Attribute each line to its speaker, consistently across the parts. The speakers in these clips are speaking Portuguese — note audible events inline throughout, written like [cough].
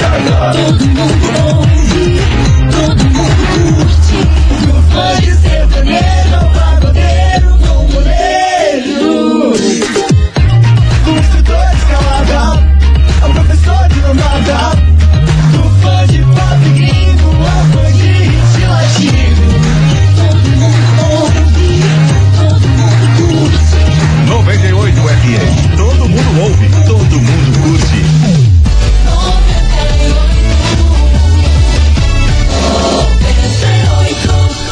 Speaker 1: Todo mundo ouve, todo mundo curte. No funk sertanejo, ao pagodeiro com moleiro. Do instrutor escalada, ao professor de lambada. Do fã de pop gringo, ao fã de hit latino. Todo mundo ouve, todo mundo curte.
Speaker 2: 98 FM. Todo mundo ouve, todo mundo curte.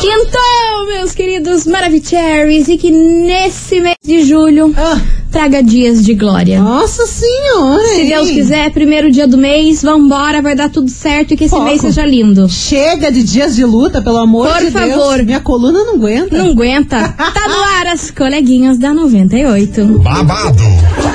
Speaker 3: Então, meus queridos Maravicheries, e que nesse mês de julho
Speaker 4: Ah.
Speaker 3: traga dias de glória.
Speaker 4: Nossa senhora!
Speaker 3: Se
Speaker 4: hein?
Speaker 3: Deus quiser, primeiro dia do mês, vambora, vai dar tudo certo e que esse
Speaker 4: Foco.
Speaker 3: mês seja lindo.
Speaker 4: Chega de dias de luta, pelo amor
Speaker 3: Por
Speaker 4: de Deus.
Speaker 3: favor.
Speaker 4: Minha coluna não aguenta.
Speaker 3: Não aguenta? Tá no ar as coleguinhas da 98.
Speaker 2: Babado,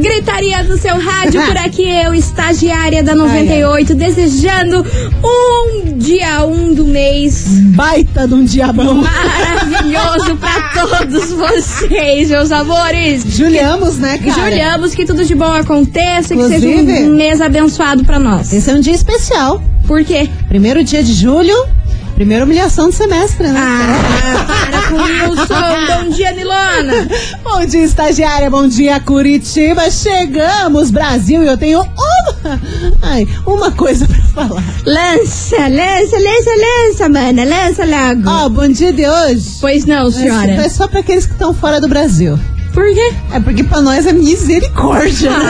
Speaker 3: Gritaria do seu rádio, por aqui eu, estagiária da 98, desejando um dia um do mês
Speaker 4: Baita de
Speaker 3: [laughs]
Speaker 4: um diabão.
Speaker 3: maravilhoso pra todos vocês, meus amores.
Speaker 4: Juliamos, né,
Speaker 3: E
Speaker 4: cara?
Speaker 3: Julhamos que tudo de bom aconteça, que seja
Speaker 4: Inclusive-
Speaker 3: um mês abençoado pra nós.
Speaker 4: Esse é um dia especial.
Speaker 3: Por quê?
Speaker 4: Primeiro dia de julho, primeira humilhação do semestre, né?
Speaker 3: Ah, para com Wilson, bom dia, Milona.
Speaker 4: Bom dia, estagiária. Bom dia, Curitiba. Chegamos, Brasil. E eu tenho uma, ai, uma coisa pra falar.
Speaker 3: Lança, lança, lança, lança, mana, lança logo.
Speaker 4: Ó, bom dia de hoje.
Speaker 3: Pois não,
Speaker 4: Esse
Speaker 3: Hum. senhora.
Speaker 4: É só pra aqueles que estão fora do Brasil.
Speaker 3: Por quê?
Speaker 4: É porque pra nós é misericórdia,
Speaker 3: Ah,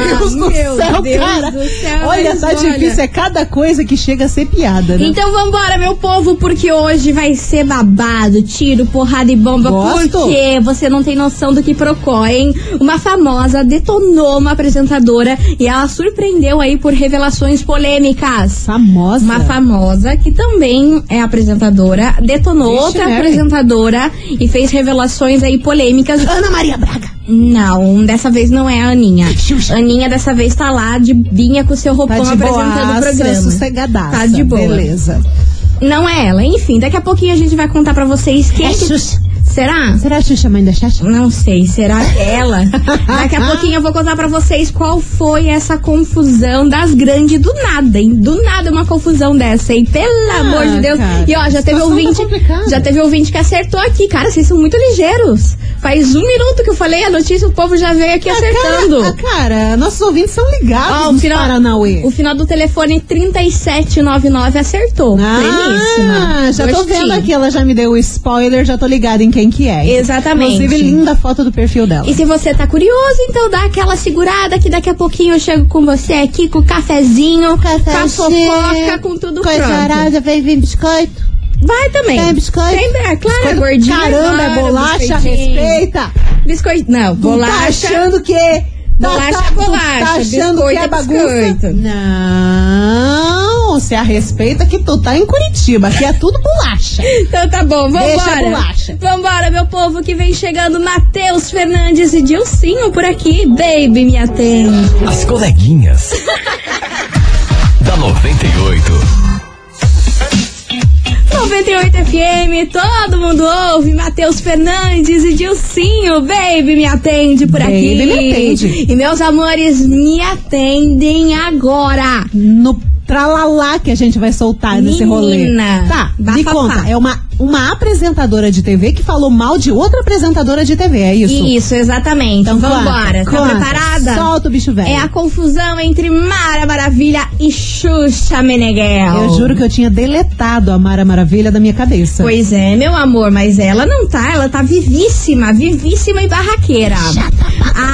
Speaker 4: né? Meu Deus do
Speaker 3: meu
Speaker 4: céu,
Speaker 3: Deus
Speaker 4: cara.
Speaker 3: do céu,
Speaker 4: olha,
Speaker 3: mas
Speaker 4: tá
Speaker 3: olha.
Speaker 4: difícil. É cada coisa que chega a ser piada, né?
Speaker 3: Então vambora, meu povo, porque hoje vai ser babado, tiro, porrada e bomba.
Speaker 4: Gosto.
Speaker 3: Porque você não tem noção do que procó, hein? Uma famosa detonou uma apresentadora e ela surpreendeu aí por revelações polêmicas.
Speaker 4: Famosa.
Speaker 3: Uma famosa que também é apresentadora, detonou
Speaker 4: Vixe, né?
Speaker 3: outra
Speaker 4: Mary.
Speaker 3: apresentadora e fez revelações aí polêmicas.
Speaker 4: Ana Maria Braga.
Speaker 3: Não, dessa vez não é a Aninha.
Speaker 4: Xuxa.
Speaker 3: Aninha dessa vez tá lá de binha com seu roupão
Speaker 4: Tá de
Speaker 3: apresentando o
Speaker 4: boa,
Speaker 3: programa.
Speaker 4: sossegadaça.
Speaker 3: Tá de boa.
Speaker 4: Beleza.
Speaker 3: Não é ela. Enfim, daqui a pouquinho a gente vai contar pra vocês quem.
Speaker 4: É
Speaker 3: que-
Speaker 4: Xuxa.
Speaker 3: Será?
Speaker 4: Será a Xuxa mãe da Xaxa?
Speaker 3: Não sei, será que é ela? Daqui a
Speaker 4: [laughs]
Speaker 3: pouquinho eu vou contar pra vocês qual foi essa confusão das grandes do nada, hein? Do nada uma confusão dessa, hein? Pelo amor de Deus.
Speaker 4: Ah, cara,
Speaker 3: e ó, já
Speaker 4: a
Speaker 3: teve
Speaker 4: situação tá
Speaker 3: ouvinte,
Speaker 4: complicada.
Speaker 3: já teve ouvinte que acertou aqui, cara, vocês são muito ligeiros. Faz um minuto que eu falei a notícia, o povo já veio aqui acertando.
Speaker 4: Cara, ah, cara, nossos ouvintes são ligados
Speaker 3: Ó, o
Speaker 4: nos
Speaker 3: final,
Speaker 4: Paranauê.
Speaker 3: o final do telefone é 3799 acertou. Pleníssima.
Speaker 4: Ah, já tô
Speaker 3: é né? Gostinho.
Speaker 4: vendo aqui, ela já me deu o spoiler, já tô ligada em quem que é.
Speaker 3: Exatamente.
Speaker 4: Inclusive, linda a foto do perfil dela.
Speaker 3: E se você tá curioso, então dá aquela segurada que daqui a pouquinho eu chego com você aqui com o cafezinho, com a fofoca, com tudo pronto.
Speaker 4: vem vir biscoito.
Speaker 3: Vai também.
Speaker 4: Tem biscoito?
Speaker 3: Tem, é claro,
Speaker 4: Biscoito,
Speaker 3: gordinho.
Speaker 4: Caramba, é
Speaker 3: adora
Speaker 4: bolacha,
Speaker 3: biscoitinho.
Speaker 4: respeita.
Speaker 3: Biscoito, não,
Speaker 4: Tu
Speaker 3: bolacha.
Speaker 4: Tá achando que... é- tá-
Speaker 3: Bolacha
Speaker 4: tá,
Speaker 3: é
Speaker 4: tu
Speaker 3: bolacha,
Speaker 4: Tá achando
Speaker 3: biscoito
Speaker 4: que é
Speaker 3: é
Speaker 4: bagunça?
Speaker 3: biscoito.
Speaker 4: Não, se a respeita que tu tá em Curitiba, que é tudo bolacha.
Speaker 3: Então tá bom, vambora.
Speaker 4: Deixa a bolacha.
Speaker 3: Vambora, meu povo que vem chegando, Matheus Fernandes e Dilcinho por aqui. Baby, me atende.
Speaker 5: As coleguinhas. [laughs] da 98.
Speaker 3: 98 FM, todo mundo ouve. Matheus Fernandes e Dilcinho, baby, me atende por aqui.
Speaker 4: Baby, me atende.
Speaker 3: E meus amores, me atendem agora.
Speaker 4: No tralalá que a gente vai soltar nesse rolê.
Speaker 3: Menina,
Speaker 4: Tá, me
Speaker 3: bafafá.
Speaker 4: conta. É uma, uma apresentadora de TV que falou mal de outra apresentadora de TV, é isso?
Speaker 3: Isso, exatamente.
Speaker 4: Então
Speaker 3: vambora. tá
Speaker 4: conta, conta.
Speaker 3: preparada?
Speaker 4: Solta o bicho velho.
Speaker 3: É a confusão entre Mara Maravilha e Xuxa Meneghel.
Speaker 4: Eu juro que eu tinha deletado a Mara Maravilha da minha cabeça.
Speaker 3: Pois é, meu amor, mas ela não tá, ela tá vivíssima, vivíssima e barraqueira.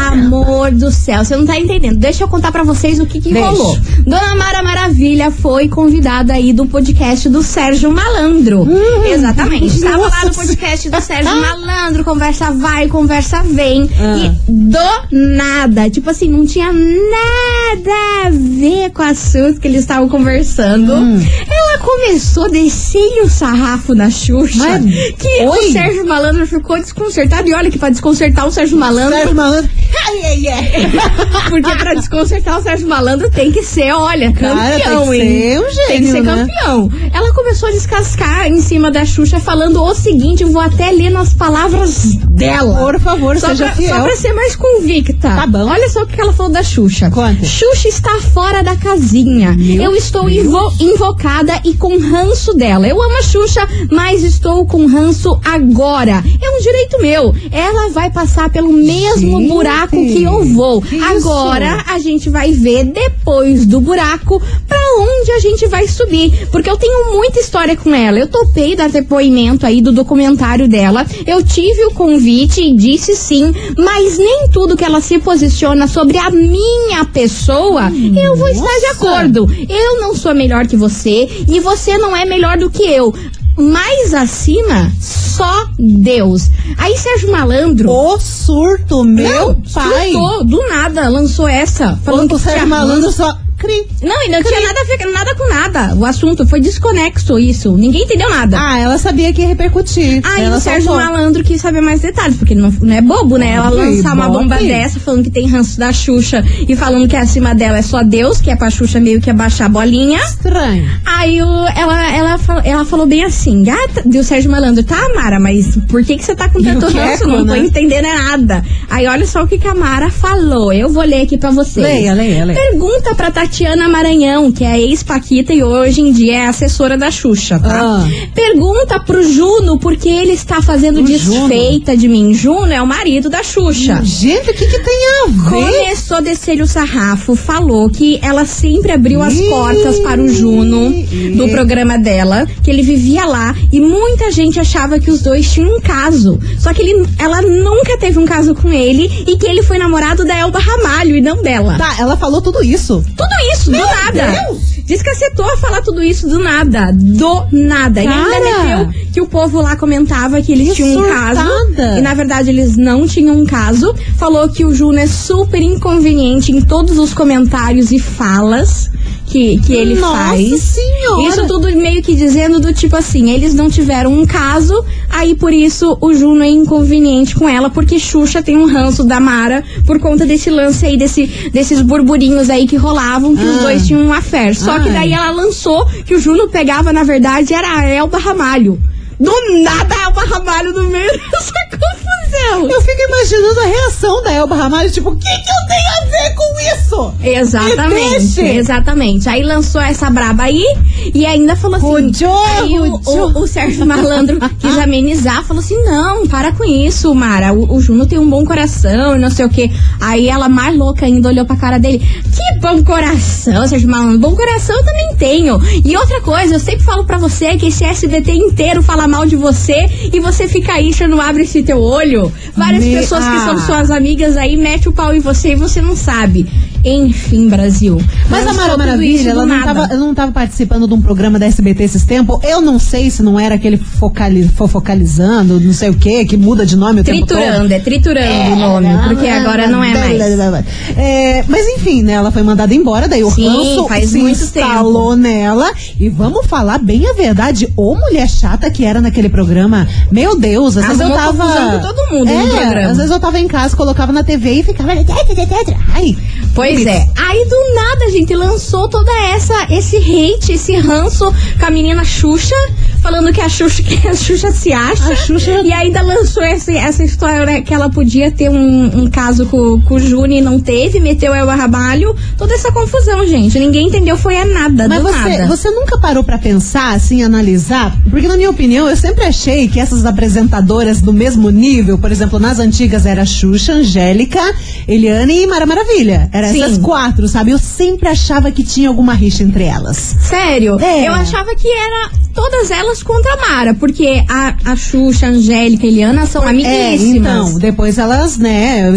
Speaker 3: Amor do céu, você não tá entendendo. Deixa eu contar pra vocês o que, que
Speaker 4: Deixa.
Speaker 3: rolou. Dona Mara Maravilha foi convidada aí do podcast do Sérgio Malandro. Exatamente. Estava lá no
Speaker 4: Nossa.
Speaker 3: podcast do Sérgio
Speaker 4: Ah.
Speaker 3: Malandro, conversa vai, conversa vem. E do nada, tipo assim, não tinha nada a ver com o assunto que eles estavam conversando.
Speaker 4: Hum.
Speaker 3: Ela começou a descer o sarrafo na Xuxa.
Speaker 4: Mas-
Speaker 3: que
Speaker 4: Oi?
Speaker 3: o Sérgio Malandro ficou desconcertado. E olha que pra desconcertar o Sérgio Malandro,
Speaker 4: Sérgio Malandro. Ai, ai, ai.
Speaker 3: [laughs] porque pra desconcertar o Sérgio Malandro tem que ser, olha, campeão,
Speaker 4: Cara, tem que
Speaker 3: hein?
Speaker 4: ser um gênio,
Speaker 3: Tem que ser
Speaker 4: né?
Speaker 3: campeão. Ela começou a descascar em cima da Xuxa, falando o seguinte: eu vou até ler nas palavras dela.
Speaker 4: Por favor,
Speaker 3: Só
Speaker 4: seja
Speaker 3: pra,
Speaker 4: fiel.
Speaker 3: só pra ser mais convicta.
Speaker 4: Tá bom.
Speaker 3: Olha só o que ela falou da Xuxa.
Speaker 4: Conta.
Speaker 3: Xuxa está fora da casinha. eu estou invo- invocada e com ranço dela. Eu amo a Xuxa, mas estou com ranço agora. É um direito meu. Ela vai passar pelo mesmo
Speaker 4: Gente,
Speaker 3: buraco que eu vou.
Speaker 4: que isso?
Speaker 3: agora a gente vai ver depois do buraco pra onde a gente vai subir. Porque eu tenho muita história com ela. Eu topei dar depoimento aí do documentário dela. Eu tive o convite e disse sim, mas nem tudo que ela se posiciona sobre a minha pessoa eu vou estar de acordo. Eu não sou melhor que você e você não é melhor do que eu. Mais acima, só Deus. Aí Sérgio Malandro.
Speaker 4: O surto, meu
Speaker 3: Não,
Speaker 4: pai.
Speaker 3: surtou, do nada, lançou essa. Falando
Speaker 4: Quando
Speaker 3: que
Speaker 4: o Sérgio
Speaker 3: tinha
Speaker 4: Malandro só. Cri.
Speaker 3: Não, e não tinha nada a ver nada com nada. O assunto foi desconexo isso. Ninguém entendeu nada.
Speaker 4: Ah, ela sabia que ia repercutir.
Speaker 3: Aí
Speaker 4: ela
Speaker 3: o Sérgio
Speaker 4: soltou.
Speaker 3: Malandro quis saber mais detalhes, porque ele não, não é bobo, né? Ela
Speaker 4: Ai,
Speaker 3: lançar uma
Speaker 4: bobe.
Speaker 3: bomba dessa, falando que tem ranço da Xuxa e falando que acima dela é só Deus, que é pra Xuxa meio que abaixar a bolinha.
Speaker 4: Estranho.
Speaker 3: Aí o- ela, ela, fal- ela falou bem assim, gata, deu Sérgio Malandro, tá, Mara, mas por que, que você tá com tanto
Speaker 4: o
Speaker 3: ranço?
Speaker 4: Queco,
Speaker 3: Não tô
Speaker 4: né?
Speaker 3: entendendo é nada. Aí olha só o que, que a Mara falou. Eu vou ler aqui pra vocês.
Speaker 4: Leia, leia, leia.
Speaker 3: Pergunta pra Tatiana Maranhão, que é ex-Paquita e hoje em dia é assessora da Xuxa, tá?
Speaker 4: Ah.
Speaker 3: Pergunta pro Juno por que ele está fazendo
Speaker 4: Juno?
Speaker 3: desfeita de mim. Juno é o marido da Xuxa.
Speaker 4: Tá. Gente, o que, que tem a ver?
Speaker 3: Começou a descer o sarrafo, falou que ela sempre abriu as
Speaker 4: Ih,
Speaker 3: portas para o Juno do
Speaker 4: ih.
Speaker 3: programa dela, que ele vivia lá e muita gente achava que os dois tinham um caso. Só que ele, ela nunca teve um caso com ele e que ele foi namorado da Elba Ramalho e não dela.
Speaker 4: Tá, ela falou tudo isso.
Speaker 3: Tudo isso, do nada.
Speaker 4: Deus!
Speaker 3: Descacetou a falar tudo isso do nada. Do nada. E
Speaker 4: Cara!
Speaker 3: ainda meteu que o povo lá comentava que eles
Speaker 4: Que
Speaker 3: tinham um
Speaker 4: surtada!
Speaker 3: caso. E na verdade eles não tinham um caso. Falou que o Juno é super inconveniente em todos os comentários e falas que, que ele
Speaker 4: Nossa
Speaker 3: faz.
Speaker 4: Senhora!
Speaker 3: Isso tudo meio que dizendo do tipo assim, eles não tiveram um caso, aí por isso o Juno é inconveniente com ela, porque Xuxa tem um ranço da Mara por conta desse lance aí, desse, desses burburinhos aí que rolavam, que os dois tinham um affair. Só que
Speaker 4: Ai.
Speaker 3: daí ela lançou que o Juno pegava, na verdade, era a Elba Ramalho. Do nada, a Elba Ramalho no meio [laughs] dessa confusão.
Speaker 4: Eu fico imaginando a reação da Elba Ramalho, tipo, o que, que eu tenho a ver com isso? Me
Speaker 3: Exatamente,
Speaker 4: deixe.
Speaker 3: exatamente. Aí lançou essa braba aí e ainda falou assim.
Speaker 4: Rodeou,
Speaker 3: aí o,
Speaker 4: rodeou.
Speaker 3: o, o Sérgio Malandro quis amenizar, falou assim: não, para com isso, Mara. O, o Juno tem um bom coração e não sei o quê. Aí ela, mais louca ainda, olhou pra cara dele. Que bom coração, Sérgio Malandro. Bom coração eu também tenho. E outra coisa, eu sempre falo pra você que esse SBT inteiro fala mal de você e você fica aí, você não abre esse teu olho. Várias
Speaker 4: Me-
Speaker 3: pessoas que são
Speaker 4: ah.
Speaker 3: suas as amigas aí mete o pau em você e você não sabe. Enfim, Brasil.
Speaker 4: Mas a
Speaker 3: Lançou
Speaker 4: Mara
Speaker 3: tudo isso
Speaker 4: Maravilha,
Speaker 3: do
Speaker 4: ela não,
Speaker 3: nada.
Speaker 4: tava, ela não tava participando de um programa da SBT esses tempos. Eu não sei se não era aquele focali, fofocalizando, não sei o quê, que muda de nome o tempo todo.
Speaker 3: triturando, é triturando o nome, porque agora não é mais.
Speaker 4: É, mas enfim, né? Ela foi mandada embora, daí o
Speaker 3: Sim,
Speaker 4: ranço
Speaker 3: faz
Speaker 4: se
Speaker 3: muito
Speaker 4: instalou nela. E vamos falar bem a verdade, ô mulher chata que era naquele programa. Meu Deus, às vezes eu
Speaker 3: Arrumou
Speaker 4: tava.
Speaker 3: confusão com todo mundo no
Speaker 4: É,
Speaker 3: programa.
Speaker 4: Às vezes eu tava em casa, colocava na TV e ficava. Ai,
Speaker 3: Pois é. Aí do nada, gente, lançou toda essa esse hate, esse ranço com a menina Xuxa, falando que a Xuxa, [laughs] que a Xuxa se acha.
Speaker 4: A Xuxa-
Speaker 3: E ainda lançou esse, essa história né, que ela podia ter um, um caso com, com o Juni e não teve, meteu ela rabalho. Toda essa confusão, gente. Ninguém entendeu, foi a nada,
Speaker 4: Mas
Speaker 3: do
Speaker 4: você,
Speaker 3: nada.
Speaker 4: você nunca parou pra pensar, assim, analisar? Porque, na minha opinião, eu sempre achei que essas apresentadoras do mesmo nível, por exemplo, nas antigas era Xuxa, Angélica, Eliane e Mara Maravilha. Eram
Speaker 3: Sim.
Speaker 4: essas quatro, sabe? Eu sempre achava que tinha alguma rixa entre elas.
Speaker 3: Sério?
Speaker 4: É.
Speaker 3: Eu achava que era todas elas contra a Mara, porque a, a Xuxa, a Angélica, a Eliana são
Speaker 4: É,
Speaker 3: amiguíssimas.
Speaker 4: então, depois elas, né,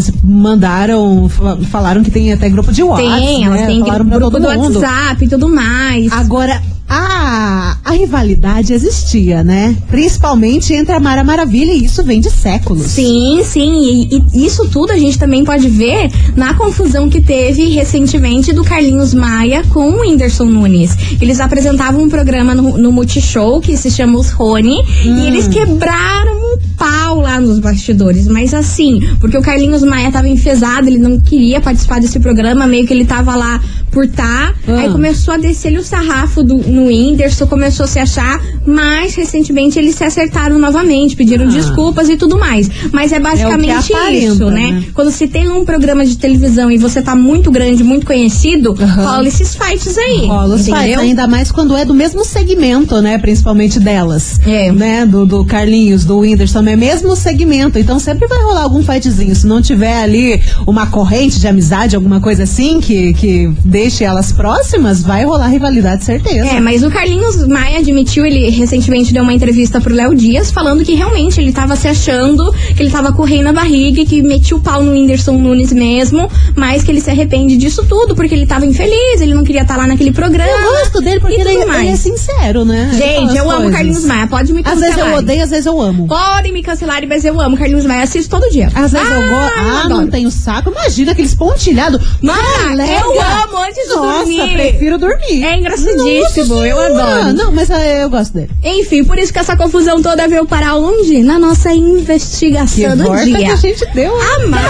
Speaker 4: mandaram, fa- falaram que tem até grupo de WhatsApp.
Speaker 3: tem, elas
Speaker 4: né,
Speaker 3: têm
Speaker 4: falaram pra
Speaker 3: grupo
Speaker 4: todo
Speaker 3: do
Speaker 4: mundo.
Speaker 3: WhatsApp e tudo mais.
Speaker 4: Agora, a, a rivalidade existia, né? Principalmente entre a Mara Maravilha, e isso vem de séculos.
Speaker 3: Sim, sim, e, e isso tudo a gente também pode ver na confusão que teve recentemente do Carlinhos Maia com o Whindersson Nunes. Eles apresentavam um programa no, no Multishow que se chama Os Rony e eles quebraram um pau lá nos bastidores, mas assim, porque o Carlinhos Maia tava enfesado, ele não queria participar desse programa, meio que ele tava lá por tá,
Speaker 4: Ah.
Speaker 3: aí começou a descer o sarrafo do, no Whindersson, começou a se achar, mas recentemente eles se acertaram novamente, pediram desculpas e tudo mais. Mas é
Speaker 4: Ah. É o
Speaker 3: basicamente
Speaker 4: que aparenta,
Speaker 3: isso, né?
Speaker 4: né?
Speaker 3: Quando você tem um programa de televisão e você tá muito grande, muito conhecido, rola esses fights aí.
Speaker 4: Rola os pais,
Speaker 3: entendeu?
Speaker 4: ainda mais quando é do mesmo segmento, né? Principalmente delas.
Speaker 3: É.
Speaker 4: Né? Do, do Carlinhos, do Whindersson, é mesmo segmento. Então sempre vai rolar algum fightzinho. Se não tiver ali uma corrente de amizade, alguma coisa assim, que, que deixe elas próximas, vai rolar rivalidade, certeza.
Speaker 3: É, mas o Carlinhos Maia admitiu, ele recentemente deu uma entrevista pro Léo Dias, falando que realmente ele tava se achando, que ele tava correndo a barriga, e que metia o pau no Whindersson Nunes mesmo, mas que ele se arrepende disso tudo, porque ele tava infeliz, ele não queria estar lá naquele programa.
Speaker 4: Eu gosto É dele porque
Speaker 3: e
Speaker 4: ele,
Speaker 3: tudo
Speaker 4: ele é
Speaker 3: mais.
Speaker 4: sincero, né? Ele fala
Speaker 3: Gente,
Speaker 4: as
Speaker 3: eu amo o
Speaker 4: coisas.
Speaker 3: Carlinhos Maia, pode me
Speaker 4: Às
Speaker 3: cancelar.
Speaker 4: vezes eu odeio, às vezes eu amo.
Speaker 3: Podem me cancelar, mas eu amo Carlinhos Maia, assisto todo dia.
Speaker 4: Às vezes eu gosto.
Speaker 3: eu
Speaker 4: Ah, não
Speaker 3: adoro.
Speaker 4: tenho saco. Imagina aqueles pontilhados.
Speaker 3: Mana,
Speaker 4: Colega.
Speaker 3: eu amo antes de
Speaker 4: Nossa,
Speaker 3: dormir.
Speaker 4: prefiro dormir.
Speaker 3: É engraçadíssimo,
Speaker 4: Nossa
Speaker 3: eu
Speaker 4: Senhora.
Speaker 3: adoro.
Speaker 4: Não, mas é, eu gosto dele.
Speaker 3: Enfim, por isso que essa confusão toda veio para onde? Na nossa investigação
Speaker 4: que
Speaker 3: do
Speaker 4: volta que
Speaker 3: dia. Ah,
Speaker 4: a gente deu.
Speaker 3: Amada.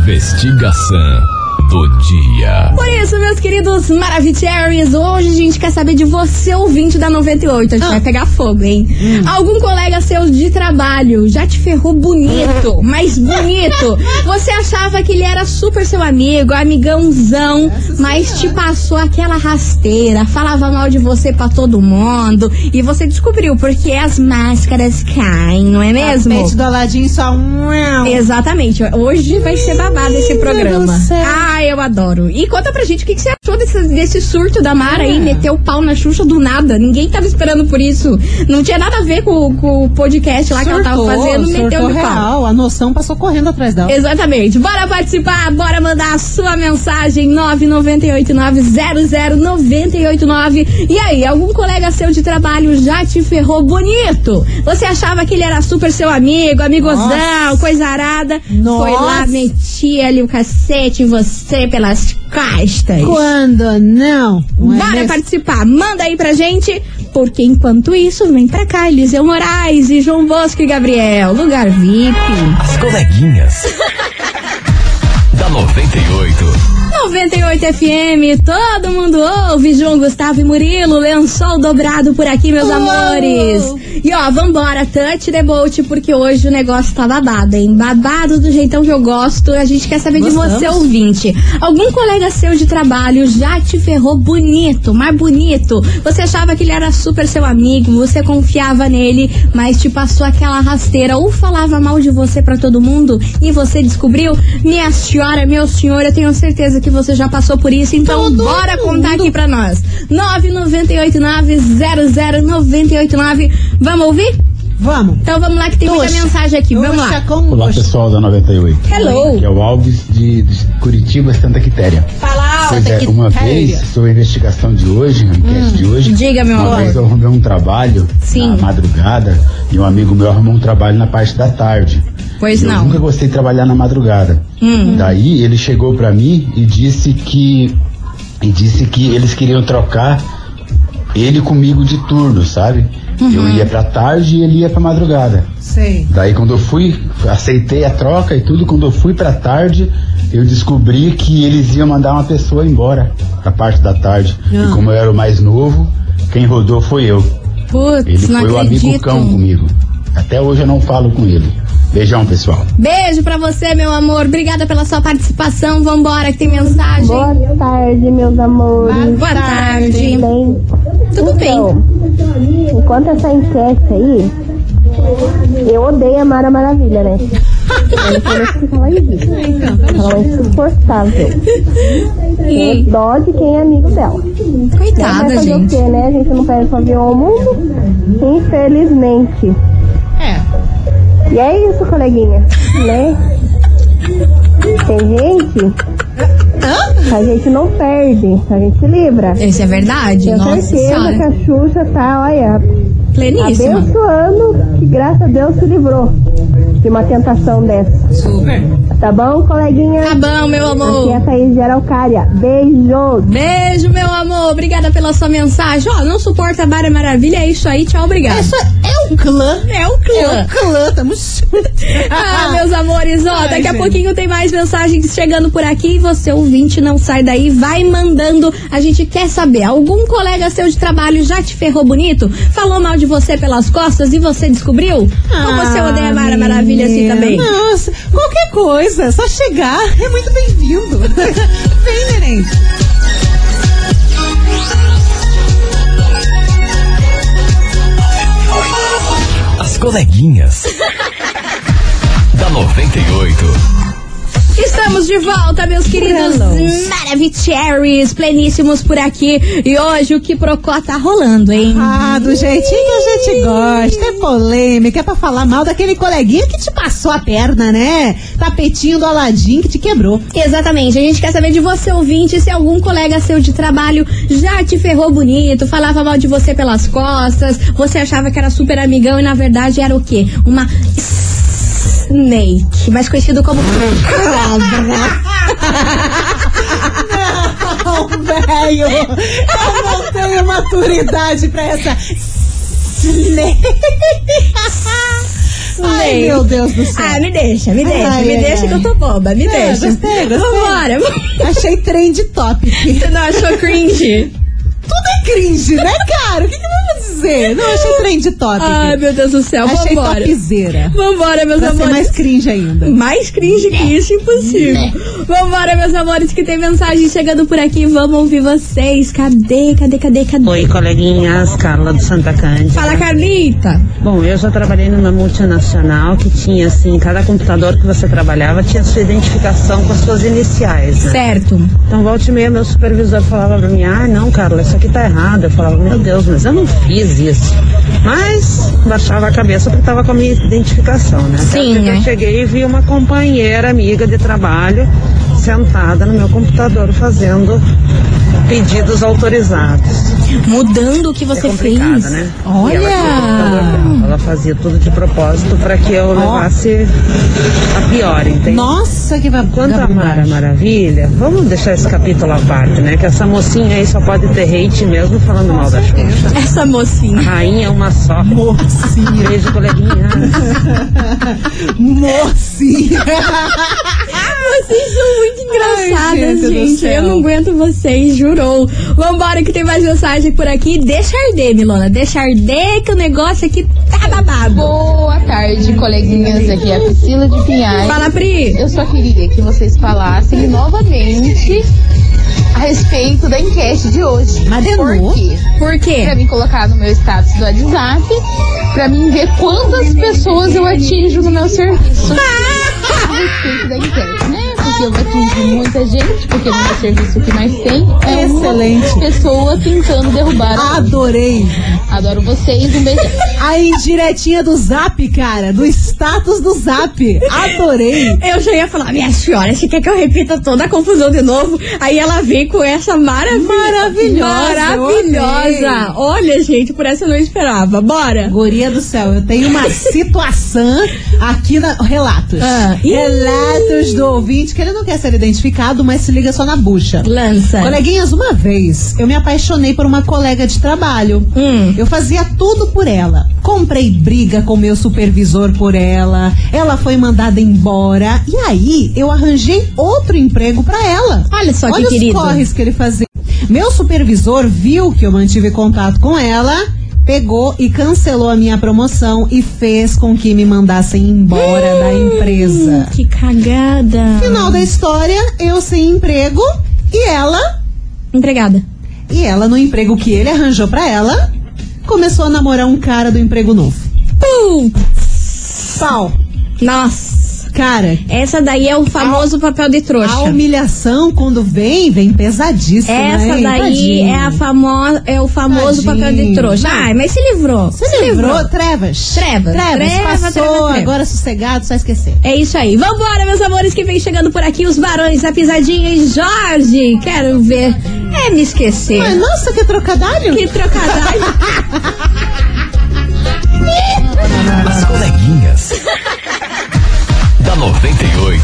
Speaker 5: Investigação do dia.
Speaker 3: Por isso, meus queridos Maravicheries, hoje a gente quer saber de você, ouvinte da 98. A gente vai pegar fogo, hein? Algum colega seu de trabalho já te ferrou bonito, mas bonito. Você achava que ele era super seu amigo, amigãozão, mas te passou aquela rasteira, falava mal de você pra todo mundo. E você descobriu porque as máscaras caem, não é mesmo?
Speaker 4: Mete do Aladim só um.
Speaker 3: Exatamente. Hoje vai ser babado esse
Speaker 4: Menina
Speaker 3: programa.
Speaker 4: do céu.
Speaker 3: Ah, eu adoro. E conta pra gente o que, que você achou desse, desse surto da Mara
Speaker 4: É.
Speaker 3: aí, meter o pau na Xuxa do nada. Ninguém tava esperando por isso. Não tinha nada a ver com, com o podcast lá que ela
Speaker 4: Surtou,
Speaker 3: tava fazendo, meteu
Speaker 4: surtou
Speaker 3: de pau.
Speaker 4: real. A noção passou correndo atrás dela.
Speaker 3: Exatamente. Bora participar, bora mandar a sua mensagem 998900989. E aí, algum colega seu de trabalho já te ferrou bonito? Você achava que ele era super seu amigo, amigozão,
Speaker 4: Nossa.
Speaker 3: coisa arada?
Speaker 4: Nossa.
Speaker 3: Foi lá, metia ali o cacete em você pelas costas.
Speaker 4: Quando não. não é
Speaker 3: Bora
Speaker 4: mesmo?
Speaker 3: participar, manda aí pra gente, porque enquanto isso, vem pra cá, Eliseu Moraes e João Bosco e Gabriel, lugar VIP.
Speaker 5: As coleguinhas. [laughs] da 98.
Speaker 3: 98 FM, todo mundo ouve, João Gustavo e Murilo, lençol dobrado por aqui, meus amores. E ó, vambora, touch the boat, porque hoje o negócio tá babado, hein? Babado do jeitão que eu gosto, a gente quer saber de
Speaker 4: Gostamos.
Speaker 3: você, ouvinte. Algum colega seu de trabalho já te ferrou bonito, mas bonito. Você achava que ele era super seu amigo, você confiava nele, mas te passou aquela rasteira ou falava mal de você pra todo mundo e você descobriu? Minha senhora, meu senhor, eu tenho certeza que você já passou por isso, então
Speaker 4: Todo
Speaker 3: bora
Speaker 4: mundo.
Speaker 3: contar aqui pra nós. 998900989. Vamos ouvir?
Speaker 4: Vamos.
Speaker 3: Então vamos lá que tem muita
Speaker 4: Tuxa.
Speaker 3: mensagem aqui. Vamos
Speaker 4: Puxa
Speaker 3: lá.
Speaker 4: com
Speaker 6: Olá
Speaker 4: gosto.
Speaker 6: pessoal da 98, que
Speaker 3: Hello.
Speaker 6: é o Alves de, de Curitiba, Santa Quitéria.
Speaker 3: Fala.
Speaker 6: Pois é, uma vez, sobre a investigação de hoje, a enquete de hoje,
Speaker 3: Hum, diga, meu
Speaker 6: uma
Speaker 3: amor.
Speaker 6: vez eu arrumei um trabalho
Speaker 3: Sim.
Speaker 6: na madrugada e um amigo meu arrumou um trabalho na parte da tarde.
Speaker 3: Pois
Speaker 6: eu
Speaker 3: não. Hum.
Speaker 6: nunca gostei de trabalhar na madrugada. Daí ele chegou pra mim e disse que e disse que eles queriam trocar ele comigo de turno, sabe? Eu
Speaker 3: Uhum.
Speaker 6: ia pra tarde e ele ia pra madrugada.
Speaker 4: Sei.
Speaker 6: Daí quando eu fui, aceitei a troca e tudo, quando eu fui pra tarde, eu descobri que eles iam mandar uma pessoa embora na parte da tarde.
Speaker 4: Ah.
Speaker 6: E como eu era o mais novo, quem rodou foi eu. Ele
Speaker 3: Putz, não
Speaker 6: foi o amigo
Speaker 3: acredito.
Speaker 6: cão comigo. Até hoje eu não falo com ele. Beijão, pessoal.
Speaker 3: Beijo pra você, meu amor. Obrigada pela sua participação. Vambora, que tem mensagem. Boa,
Speaker 7: Boa tarde, meus amores.
Speaker 3: tarde.
Speaker 7: Tudo bem? Então,
Speaker 3: Tudo bem.
Speaker 7: Enquanto essa enquete aí, eu odeio a Mara Maravilha, né? Ela existe. Ela é insuportável.
Speaker 3: E,
Speaker 7: Dó de quem é amigo dela. Vai
Speaker 3: coitada,
Speaker 7: fazer o
Speaker 3: gente.
Speaker 7: quê, né? A gente não vai resolver o mundo. Infelizmente.
Speaker 4: É.
Speaker 7: E é isso, coleguinha. Né? Tem gente. A gente não perde, a gente se livra.
Speaker 3: Isso é verdade.
Speaker 7: Tenho
Speaker 3: Nossa
Speaker 7: certeza que
Speaker 3: senhora.
Speaker 7: a Xuxa tá, olha,
Speaker 3: Pleníssima.
Speaker 7: abençoando, que graças a Deus se livrou de uma tentação dessa.
Speaker 3: Super.
Speaker 7: Tá bom, coleguinha?
Speaker 3: Tá bom, meu amor.
Speaker 7: Aqui é a Thaís de Araucária. Beijos!
Speaker 3: Beijo, meu amor. Obrigada pela sua mensagem. Ó, não suporta a Bara Maravilha. É isso aí. Tchau, obrigada.
Speaker 4: Isso é um clã.
Speaker 3: É o
Speaker 4: É um
Speaker 3: clã.
Speaker 4: clã,
Speaker 3: [laughs]
Speaker 4: tamo junto.
Speaker 3: Ah, meus amores, ó,
Speaker 4: Ai,
Speaker 3: daqui a
Speaker 4: gente.
Speaker 3: pouquinho tem mais mensagens chegando por aqui. Você, ouvinte, não sai daí, vai mandando. A gente quer saber, algum colega seu de trabalho já te ferrou bonito? Falou mal de você pelas costas e você descobriu? Ou você odeia a Mara Maravilha assim
Speaker 4: Ah, menina.
Speaker 3: também?
Speaker 4: Nossa, qualquer coisa, só chegar é muito bem-vindo. [laughs] Vem, neném.
Speaker 5: As coleguinhas. [laughs] da 98.
Speaker 3: Estamos de volta, meus queridos
Speaker 4: Hellos.
Speaker 3: Maravicheries, pleníssimos por aqui. E hoje o que procó tá rolando, hein?
Speaker 4: Ah, do jeitinho que a gente gosta, é polêmica, é pra falar mal daquele coleguinha que te passou a perna, né? Tapetinho do Aladim que te quebrou.
Speaker 3: Exatamente, a gente quer saber de você, ouvinte, se algum colega seu de trabalho já te ferrou bonito, falava mal de você pelas costas, você achava que era super amigão e na verdade era o quê? Uma snake, mais conhecido como.
Speaker 4: Não, [laughs] velho, eu não tenho maturidade pra essa... [laughs] Ai,
Speaker 3: Snake.
Speaker 4: meu Deus do céu.
Speaker 3: [laughs] Ah, me deixa, me deixa,
Speaker 4: Ai,
Speaker 3: me
Speaker 4: ai,
Speaker 3: deixa
Speaker 4: ai.
Speaker 3: que eu tô boba, me
Speaker 4: É,
Speaker 3: deixa.
Speaker 4: gostei, gostei. [laughs]
Speaker 3: Vambora, você
Speaker 4: Achei trend topic.
Speaker 3: não achou
Speaker 4: [laughs]
Speaker 3: cringe?
Speaker 4: Tudo é cringe, né, cara? O que, que eu vou dizer? Não, achei trend topic.
Speaker 3: Ai, meu Deus do céu,
Speaker 4: achei
Speaker 3: vambora.
Speaker 4: topzera.
Speaker 3: Vambora, meus
Speaker 4: Pra ser
Speaker 3: amores.
Speaker 4: mais cringe ainda.
Speaker 3: Mais cringe que isso, impossível. Vambora, meus amores, que tem mensagem chegando por aqui. Vamos ouvir vocês. Cadê, cadê, cadê, cadê?
Speaker 8: Oi, coleguinhas, Carla do Santa Cândida.
Speaker 3: Fala, Carlita.
Speaker 8: Bom, eu já trabalhei numa multinacional que tinha, assim, cada computador que você trabalhava tinha sua identificação com as suas iniciais, né?
Speaker 3: Certo.
Speaker 8: Então, volta e meia, meu supervisor falava pra mim, ah, não, Carla, isso aqui tá errado. Eu falava, meu Deus, mas eu não fiz isso. Mas baixava a cabeça porque tava com a minha identificação, né? Até
Speaker 3: Sim,
Speaker 8: porque
Speaker 3: né?
Speaker 8: Eu cheguei e vi uma companheira, amiga de trabalho, sentada no meu computador fazendo pedidos autorizados
Speaker 3: Mudando o que você
Speaker 8: complicada,
Speaker 3: fez.
Speaker 8: É né?
Speaker 4: Olha!
Speaker 8: E Ela, tinha um computador dela. ela fazia tudo de propósito para que eu levasse a pior, entende?
Speaker 4: Nossa, que vai.
Speaker 8: Quanto a Mara Maravilha, vamos deixar esse capítulo à parte, né? Que essa mocinha aí só pode ter hate mesmo falando mal da Xuxa.
Speaker 3: Essa mocinha.
Speaker 8: Rainha é uma só.
Speaker 4: Mocinha,
Speaker 8: Beijo, coleguinha.
Speaker 4: mocinha.
Speaker 3: Ah, Vocês são muito engraçadas,
Speaker 4: Ai, gente do
Speaker 3: gente. Eu
Speaker 4: céu.
Speaker 3: não aguento vocês, jurou. Vambora, que tem mais mensagem por aqui. Deixa arder, Milona. Deixa arder, que o negócio aqui tá babado.
Speaker 9: Boa tarde, coleguinhas. Aqui é a Priscila de Pinhais.
Speaker 3: Fala, Pri.
Speaker 9: Eu só queria que vocês falassem novamente a respeito da enquete de hoje.
Speaker 4: [laughs] Mas de novo?
Speaker 9: Por quê?
Speaker 3: Por
Speaker 9: Pra
Speaker 3: quê?
Speaker 9: mim colocar no meu status do WhatsApp, pra mim ver quantas pessoas eu atinjo no meu serviço. A respeito da enquete, né? Porque eu atingo muita gente, porque no meu serviço o que mais tem é
Speaker 4: Excelente.
Speaker 9: uma pessoa tentando derrubar.
Speaker 4: Adorei.
Speaker 9: Adoro vocês, um beijo.
Speaker 4: A indiretinha do zap, cara. Do status do zap. Adorei.
Speaker 3: Eu já ia falar, minha senhora, você quer que eu repita toda a confusão de novo? Aí ela vem com essa maravilha.
Speaker 4: Maravilhosa, eu
Speaker 3: Maravilhosa.
Speaker 4: amei.
Speaker 3: Olha, gente, por essa eu não esperava. Bora.
Speaker 4: Goria do céu, eu tenho uma situação aqui na. Relatos.
Speaker 3: Ah, ih.
Speaker 4: Relatos do ouvinte, que ele não quer ser identificado, mas se liga só na bucha.
Speaker 3: Lança.
Speaker 4: Coleguinhas, uma vez eu me apaixonei por uma colega de trabalho.
Speaker 3: Hum.
Speaker 4: Eu fazia tudo por ela. Comprei briga com meu supervisor por ela. Ela foi mandada embora. E aí eu arranjei outro emprego pra ela.
Speaker 3: Olha só que
Speaker 4: Olha
Speaker 3: querido.
Speaker 4: os corres que ele fazia. Meu supervisor viu que eu mantive contato com ela. Pegou e cancelou a minha promoção e fez com que me mandassem embora da
Speaker 3: Hum.
Speaker 4: empresa.
Speaker 3: Que cagada.
Speaker 4: Final da história, eu sem emprego e ela
Speaker 3: Empregada.
Speaker 4: e ela, no emprego que ele arranjou pra ela, começou a namorar um cara do emprego novo.
Speaker 3: Pum.
Speaker 4: Pau.
Speaker 3: Nossa.
Speaker 4: cara.
Speaker 3: Essa daí é o famoso papel de trouxa.
Speaker 4: A humilhação, quando vem, vem pesadíssima.
Speaker 3: Essa daí
Speaker 4: hein? né? Tadinho.
Speaker 3: é, a famo... é o famoso
Speaker 4: Tadinho.
Speaker 3: papel de trouxa.
Speaker 4: Não.
Speaker 3: Ai, mas se livrou.
Speaker 4: Você livrou? tá Trevas.
Speaker 3: Trevas.
Speaker 4: Trevas.
Speaker 3: Treva,
Speaker 4: passou,
Speaker 3: treva, treva.
Speaker 4: agora sossegado, só esquecer.
Speaker 3: É isso aí. Vambora, meus amores, que vem chegando por aqui os barões da pisadinha e Jorge. Quero ver. É me esquecer.
Speaker 4: Ai, nossa, que trocadilho.
Speaker 3: Que trocadilho.
Speaker 5: As coleguinhas. [laughs] da 98.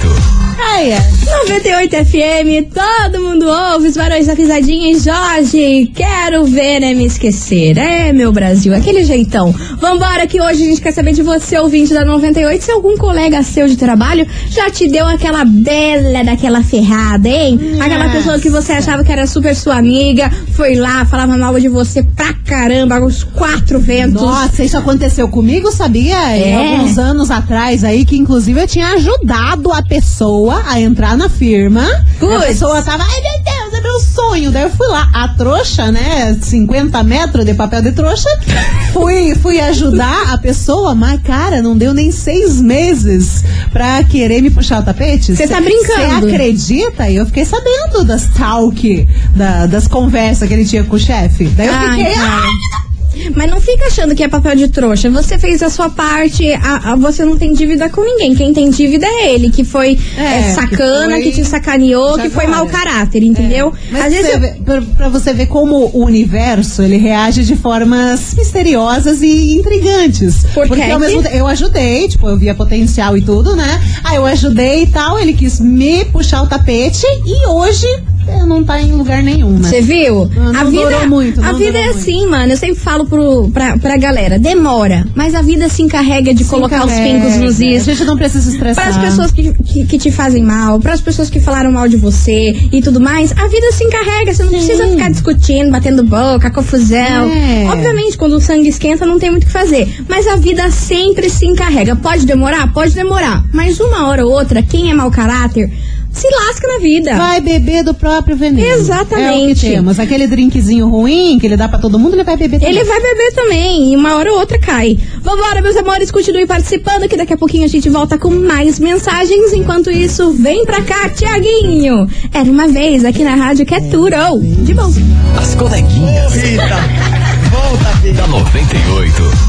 Speaker 4: Ai, é.
Speaker 3: 98 FM, todo mundo ouve os barões da pisadinha e Jorge, quero ver é me esquecer, é meu Brasil, aquele jeitão. Vambora que hoje a gente quer saber de você, ouvinte da 98, se algum colega seu de trabalho já te deu aquela bela daquela ferrada, hein? Aquela pessoa que você achava que era super sua amiga, foi lá, falava mal de você pra caramba, os quatro ventos.
Speaker 4: Nossa, isso aconteceu comigo, sabia?
Speaker 3: É.
Speaker 4: Alguns anos atrás aí, que inclusive eu tinha ajudado a pessoa a entrar na firma.
Speaker 3: Putz.
Speaker 4: A pessoa tava, ai meu Deus, é meu sonho. Daí eu fui lá, a trouxa, né? 50 metros de papel de trouxa. [laughs] fui, fui ajudar a pessoa, mas cara, não deu nem seis meses pra querer me puxar o tapete.
Speaker 3: Você tá
Speaker 4: Cê-
Speaker 3: brincando.
Speaker 4: cê acredita? E eu fiquei sabendo das talk, da- das conversas que ele tinha com o chefe. Daí eu
Speaker 3: Ai,
Speaker 4: fiquei,
Speaker 3: cara.
Speaker 4: "Ah,
Speaker 3: Mas não fica achando que é papel de trouxa. Você fez a sua parte, a- a- você não tem dívida com ninguém. Quem tem dívida é ele, que foi
Speaker 4: É,
Speaker 3: eh, sacana, que,
Speaker 4: que foi-
Speaker 3: te sacaneou,
Speaker 4: Já
Speaker 3: que foi
Speaker 4: agora.
Speaker 3: mau caráter, entendeu?
Speaker 4: Mas
Speaker 3: Às vezes
Speaker 4: você
Speaker 3: eu-
Speaker 4: vê- pra, pra você ver como o universo ele reage de formas misteriosas e intrigantes.
Speaker 3: Por
Speaker 4: Porque
Speaker 3: quê?
Speaker 4: ao mesmo tempo eu ajudei, tipo, eu via potencial e tudo, né? Aí eu ajudei e tal, ele quis me puxar o tapete e hoje eh, não tá em lugar nenhum, né?
Speaker 3: Você viu?
Speaker 4: Não, não
Speaker 3: a vida,
Speaker 4: durou muito, não
Speaker 3: a vida
Speaker 4: durou
Speaker 3: é
Speaker 4: muito.
Speaker 3: assim, mano. Eu sempre falo pro, pra, pra galera, demora. Mas a vida se encarrega de colocar os pingos nos
Speaker 4: isso.
Speaker 3: is.
Speaker 4: A gente não precisa se estressar.
Speaker 3: Para as pessoas que, que, que te fazem mal, para as pessoas que falaram mal de você e tudo mais, a vida se encarrega. Você não precisa ficar discutindo, batendo boca, confusão.
Speaker 4: É.
Speaker 3: Obviamente, quando o sangue esquenta, não tem muito o que fazer. Mas a vida sempre se encarrega. Pode demorar? Pode demorar. Mas uma hora ou outra, quem é mau caráter, se lasca na vida.
Speaker 4: Vai beber do próprio veneno. É o que
Speaker 3: Exatamente.
Speaker 4: temos. Aquele drinkzinho ruim que ele dá pra todo mundo, ele vai beber também.
Speaker 3: Ele vai beber também, e uma hora ou outra cai. Vambora, meus amores, continue participando, que daqui a pouquinho a gente volta com mais mensagens. Enquanto isso, vem pra cá, Tiaguinho. Era uma vez aqui na rádio que é Turou. De bom.
Speaker 5: As coleguinhas.
Speaker 1: Volta, filha.
Speaker 5: Da 98.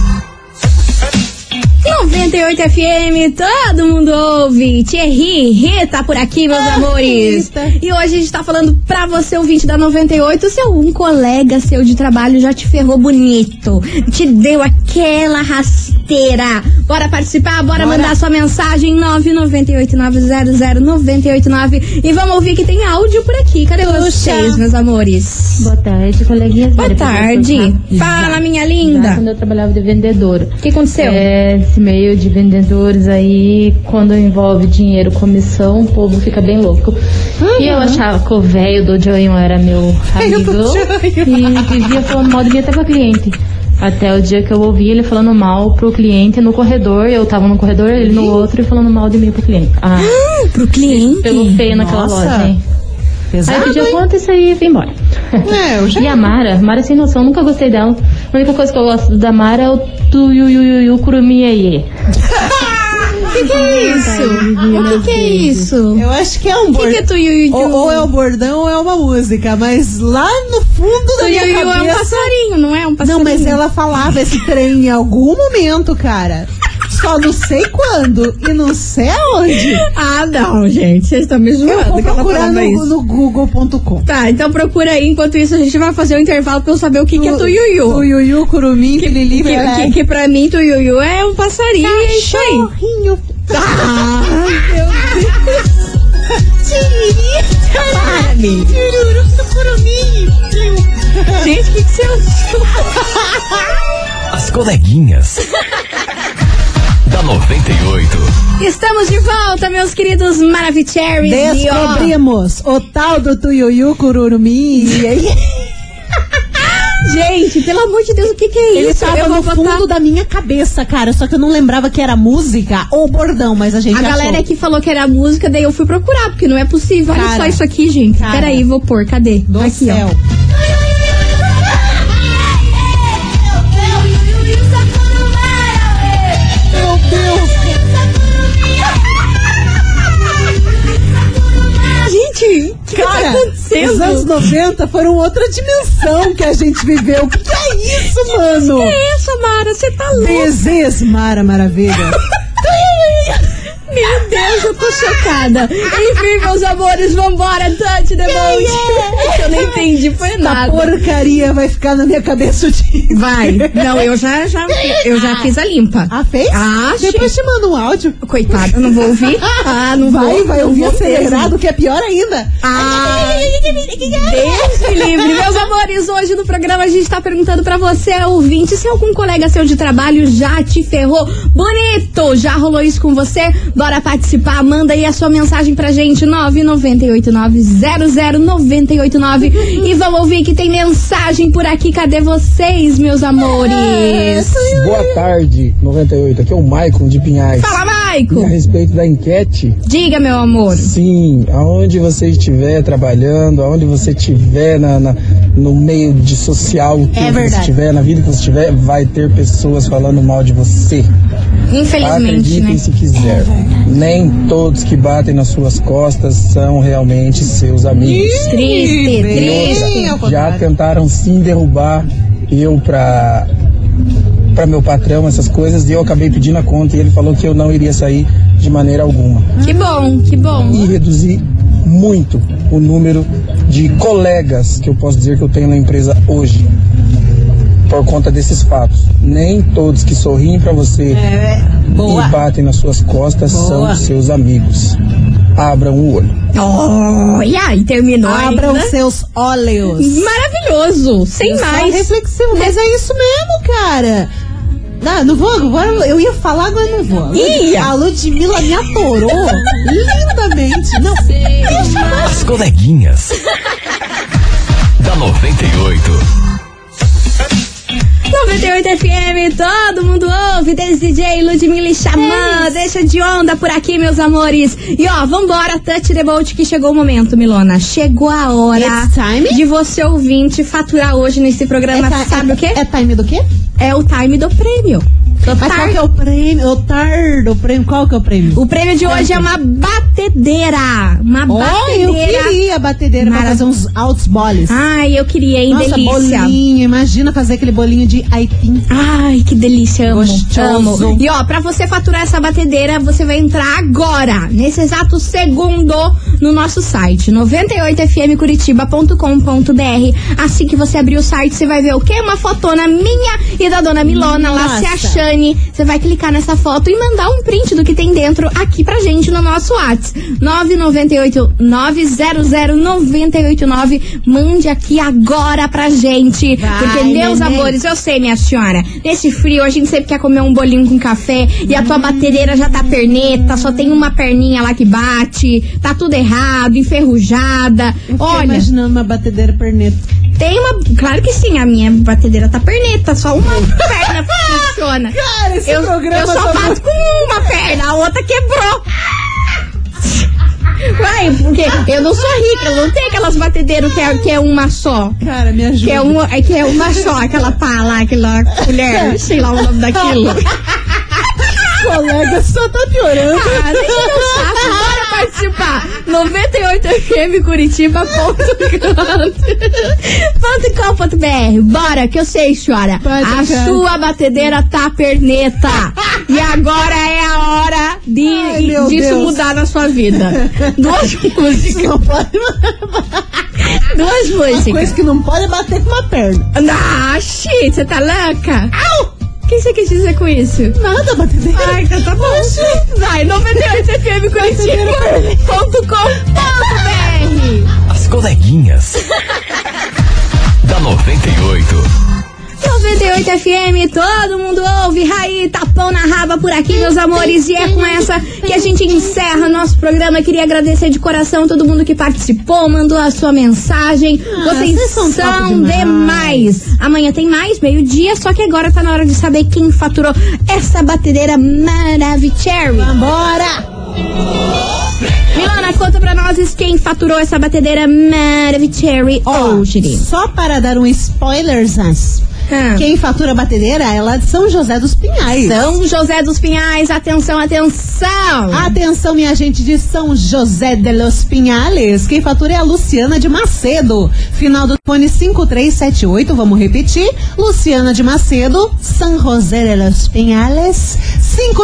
Speaker 3: 98 FM, todo mundo ouve. Thierry, Rita por aqui, meus amores.
Speaker 4: Rita.
Speaker 3: E hoje a gente tá falando pra você, ouvinte da 98, se algum um colega seu de trabalho já te ferrou bonito, te deu aquela rasteira. Bora participar, bora, mandar sua mensagem 998900989 e vamos ouvir que tem áudio por aqui. Cadê vocês, meus amores?
Speaker 9: Boa tarde, coleguinhas.
Speaker 3: Boa
Speaker 9: Bora
Speaker 3: tarde.
Speaker 9: pra você, tá?
Speaker 3: Fala, minha
Speaker 9: Lá
Speaker 3: linda.
Speaker 9: Quando eu trabalhava de vendedora.
Speaker 3: O que aconteceu?
Speaker 9: É, esse meio de vendedores aí, quando envolve dinheiro, comissão, o povo fica bem louco. E eu achava que o velho do Joinho era meu amigo e vivia falando mal de mim até pra cliente. Até o dia que eu ouvi ele falando mal pro cliente no corredor, eu tava no corredor, ele no outro e falando mal de mim pro cliente. Ah,
Speaker 3: Pro cliente.
Speaker 9: pegou feio naquela
Speaker 4: Nossa.
Speaker 9: loja, hein? Aí
Speaker 4: Pesado,
Speaker 9: pediu
Speaker 4: hein?
Speaker 9: conta e saí e fui embora.
Speaker 4: É, eu já-
Speaker 9: E a Mara, Mara sem noção, nunca gostei dela. A única coisa que eu gosto da Mara é o tu yu yu yu yu kurumi ye.
Speaker 3: O que, que é isso? O que, que é isso?
Speaker 4: Eu acho que é um
Speaker 3: O que, que é tu Yu, Yu,
Speaker 4: Ou,
Speaker 3: Yu?
Speaker 4: ou é o bordão ou é uma música, mas lá no fundo da
Speaker 3: Tu Yu,
Speaker 4: minha
Speaker 3: Yu é um
Speaker 4: cabeça...
Speaker 3: passarinho, não é um passarinho?
Speaker 4: Não, mas ela falava esse trem em algum momento, cara. Só não sei quando e não sei aonde.
Speaker 3: Ah, não, gente. Vocês estão me
Speaker 4: Eu
Speaker 3: zoando
Speaker 4: vou
Speaker 3: que ela
Speaker 4: procurar
Speaker 3: falava
Speaker 4: no,
Speaker 3: isso.
Speaker 4: no google.com.
Speaker 3: Tá, então procura aí. Enquanto isso, a gente vai fazer um intervalo pra eu saber o que, que é Tuyuyu.
Speaker 4: Tuiuiu, curumim,
Speaker 3: Que, é
Speaker 4: pilili,
Speaker 3: que, que pra mim, Tuyuyu é um passarinho. É isso aí.
Speaker 4: Cachorrinho.
Speaker 3: Ah, Gente, o que, que você [laughs] achou?
Speaker 5: As coleguinhas. [laughs] da 98.
Speaker 3: Estamos de volta, meus queridos Maravicheries. E, ó,
Speaker 4: [laughs] Descobrimos o tal do Tuiuiu, curumim. E aí,
Speaker 3: [laughs] Gente, pelo amor de Deus, o que, que é
Speaker 4: Ele
Speaker 3: isso?
Speaker 4: tava
Speaker 3: eu
Speaker 4: no
Speaker 3: vou botar...
Speaker 4: fundo da minha cabeça, cara. Só que eu não lembrava que era música ou bordão, mas a gente
Speaker 3: A galera é
Speaker 4: achou.
Speaker 3: aqui falou que era música, daí eu fui procurar, porque não é possível. Olha
Speaker 4: Cara,
Speaker 3: só isso aqui, gente.
Speaker 4: cara.
Speaker 3: Peraí, vou pôr, cadê?
Speaker 4: do
Speaker 3: aqui,
Speaker 4: céu.
Speaker 3: ó.
Speaker 4: Meu Deus.
Speaker 3: tá
Speaker 4: tá 90 foram outra dimensão que a gente viveu. O que, que é isso, mano?
Speaker 3: Que é isso, Mara? Você tá louca.
Speaker 4: Bezes, Mara [laughs] Maravilha.
Speaker 3: Meu Deus, eu tô chocada. Enfim, meus amores, vambora, Tante Demonte. [laughs] Eu não Tá entendi, foi
Speaker 4: Essa
Speaker 3: nada.
Speaker 4: porcaria vai ficar na minha cabeça o dia.
Speaker 3: Vai. Não, eu já, já, eu já fiz a limpa.
Speaker 4: Ah, fez?
Speaker 3: Ah,
Speaker 4: Depois
Speaker 3: achei.
Speaker 4: te manda um áudio.
Speaker 3: Coitado, eu não vou ouvir. Ah, não
Speaker 4: vai,
Speaker 3: vou,
Speaker 4: vai
Speaker 3: não
Speaker 4: ouvir
Speaker 3: vou
Speaker 4: acelerado, que é pior ainda.
Speaker 3: Ah, Deus me livre. Meus amores, hoje no programa a gente tá perguntando pra você, ouvinte, se algum colega seu de trabalho já te ferrou. Bonito! Já rolou isso com você? Bora participar. Manda aí a sua mensagem pra gente, 998900989. e vamos ouvir que tem mensagem por aqui. Cadê vocês, meus amores?
Speaker 10: Boa tarde, 98. Aqui é o Maicon de Pinhais.
Speaker 3: Fala,
Speaker 10: E a
Speaker 3: Maico!
Speaker 10: respeito da enquete,
Speaker 3: Diga, meu amor.
Speaker 10: sim, aonde você estiver trabalhando, aonde você estiver na, na- no meio de social que
Speaker 3: É
Speaker 10: você
Speaker 3: verdade.
Speaker 10: estiver, na vida que você estiver, vai ter pessoas falando mal de você.
Speaker 3: Infelizmente,
Speaker 10: Acreditem
Speaker 3: né?
Speaker 10: se quiser. Nem todos que batem nas suas costas são realmente seus amigos.
Speaker 3: Triste,
Speaker 4: Sim,
Speaker 3: triste.
Speaker 10: Já
Speaker 4: ao contrário.
Speaker 10: tentaram sim derrubar eu pra, pra meu patrão, essas coisas, e eu acabei pedindo a conta e ele falou que eu não iria sair de maneira alguma.
Speaker 3: Que bom, que bom.
Speaker 10: E reduzi muito o número de colegas que eu posso dizer que eu tenho na empresa hoje. Por conta desses fatos. Nem todos que assim. sorriem pra você
Speaker 4: É, boa.
Speaker 10: e batem nas suas costas
Speaker 4: Boa.
Speaker 10: são seus amigos. Abram o olho.
Speaker 3: Olha, e terminou.
Speaker 4: Abram
Speaker 3: ainda.
Speaker 4: seus óleos.
Speaker 3: Maravilhoso, sem
Speaker 4: Eu sou
Speaker 3: mais.
Speaker 4: reflexivo, mas é isso mesmo, cara. Não, não vou, agora eu ia falar, agora eu não vou.
Speaker 3: Ia.
Speaker 4: A Ludmilla me atorou lindamente. Não,
Speaker 5: As coleguinhas. da 98.
Speaker 3: 98 FM, todo mundo ouve. Desse DJ Ludmilla e
Speaker 4: É
Speaker 3: Xamã, deixa de onda por aqui, meus amores. E ó, vambora, Touch the Bolt, que chegou o momento, Milona. Chegou a hora
Speaker 4: It's time?
Speaker 3: de você ouvinte faturar hoje nesse programa.
Speaker 4: ti-
Speaker 3: sabe o quê?
Speaker 4: É time do quê?
Speaker 3: É o time do prêmio.
Speaker 4: Mas qual que é o prêmio? Eu tardo o prêmio. Qual que é o prêmio?
Speaker 3: O prêmio de hoje é uma batedeira. Uma
Speaker 4: Olha, eu
Speaker 3: batedeira.
Speaker 4: queria a batedeira
Speaker 3: Mara-
Speaker 4: pra fazer uns altos boles.
Speaker 3: Ai, eu queria, hein?
Speaker 4: Nossa,
Speaker 3: delícia.
Speaker 4: bolinho. Imagina fazer aquele bolinho de aipim.
Speaker 3: Ai, que delícia, amo,
Speaker 4: Gostoso.
Speaker 3: amo. E ó, pra você faturar essa batedeira, você vai entrar agora, nesse exato segundo, no nosso site, 98fmcuritiba.com.br. Assim que você abrir o site, você vai ver o quê? Uma fotona minha e da dona Milona, lá
Speaker 4: Nossa.
Speaker 3: se achane. Você vai clicar nessa foto e mandar um print do que tem dentro aqui pra gente no nosso WhatsApp. 998 9000989. Mande aqui agora pra gente.
Speaker 4: Vai,
Speaker 3: Porque, meus
Speaker 4: neném.
Speaker 3: amores, eu sei, minha senhora, nesse frio a gente sempre quer comer um bolinho com café e a tua
Speaker 4: Uhum.
Speaker 3: batedeira já tá perneta, só tem uma perninha lá que bate, tá tudo errado, enferrujada.
Speaker 4: Fiquei
Speaker 3: Olha,
Speaker 4: imaginando uma batedeira perneta.
Speaker 3: tem uma. Claro que sim, a minha batedeira tá perneta, só
Speaker 4: [laughs]
Speaker 3: uma perna funciona.
Speaker 4: Cara, esse
Speaker 3: eu,
Speaker 4: programa
Speaker 3: eu só
Speaker 4: tá
Speaker 3: bato com uma perna, a outra quebrou. Vai, porque eu não sou rica, eu não tenho aquelas batedeiras que é, que é uma só.
Speaker 4: Cara, me ajuda.
Speaker 3: Que é, uma, é que é uma só, aquela pá lá, aquela
Speaker 4: É.
Speaker 3: colher, sei lá o nome daquilo.
Speaker 4: [laughs] colega só tá piorando.
Speaker 3: Ah, deixa eu saco, bora participar. 98fmcuritiba.com.br Bora, que eu sei, senhora.
Speaker 4: Pode
Speaker 3: a
Speaker 4: ficar.
Speaker 3: sua batedeira tá perneta. E agora é a hora de,
Speaker 4: Ai, meu
Speaker 3: disso
Speaker 4: Deus.
Speaker 3: mudar na sua vida.
Speaker 4: [laughs]
Speaker 3: Duas músicas.
Speaker 4: Não pode,
Speaker 3: Duas músicas.
Speaker 4: coisa que não pode é bater com uma perna.
Speaker 3: Ah, shit, você tá louca? O que você quis dizer com isso?
Speaker 4: Nada, batedeira.
Speaker 3: Ai, então tá bom. Vai, 98fmcuritiba.com.br
Speaker 5: As coleguinhas. da 98.
Speaker 3: 98 FM, todo mundo ouve. Raí, tapão na raba por aqui, meus amores. E é com essa que a gente encerra nosso programa. Queria agradecer de coração todo mundo que participou, mandou a sua mensagem. Vocês
Speaker 4: vocês
Speaker 3: são,
Speaker 4: são top
Speaker 3: demais.
Speaker 4: demais.
Speaker 3: Amanhã tem mais, meio-dia. Só que agora tá na hora de saber quem faturou essa batedeira maravilhosa.
Speaker 4: Bora!
Speaker 3: Milana, conta pra nós quem faturou essa batedeira maravilhosa hoje.
Speaker 4: Só para dar um spoilerzas. Quem fatura batedeira é lá de São José dos Pinhais.
Speaker 3: Ah. São José dos Pinhais, atenção, atenção!
Speaker 4: Atenção, minha gente de São José de los Pinhales. Quem fatura é a Luciana de Macedo. Final do fone 5378, vamos repetir. Luciana de Macedo, São José de los Pinhales.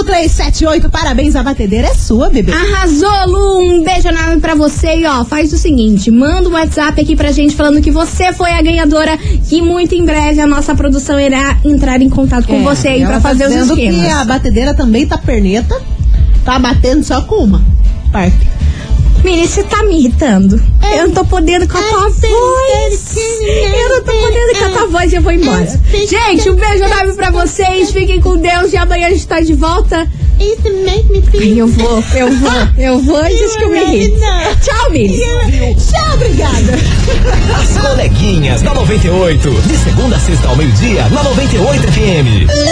Speaker 4: 5378, parabéns, a batedeira é sua, bebê.
Speaker 3: Ah, Arrasou, Lu! Um beijo enorme pra você e ó, faz o seguinte, manda um WhatsApp aqui pra gente falando que você foi a ganhadora que muito em breve a nossa produção irá entrar em contato com
Speaker 4: É,
Speaker 3: você aí
Speaker 4: ela
Speaker 3: pra
Speaker 4: tá
Speaker 3: fazer os
Speaker 4: dizendo
Speaker 3: esquemas.
Speaker 4: que a batedeira também tá perneta, tá batendo só com uma parte.
Speaker 3: Menina, você tá me irritando. Eu não tô podendo com a tua voz. Eu não tô podendo com a tua voz e eu vou embora. Gente, um beijo enorme pra vocês. Fiquem com Deus e amanhã a gente tá de volta. Ai, eu vou, eu vou, eu vou antes que eu me irrite. Tchau, Miris. Tchau, obrigada.
Speaker 5: As coleguinhas da 98. De segunda a sexta ao meio-dia, na 98 FM.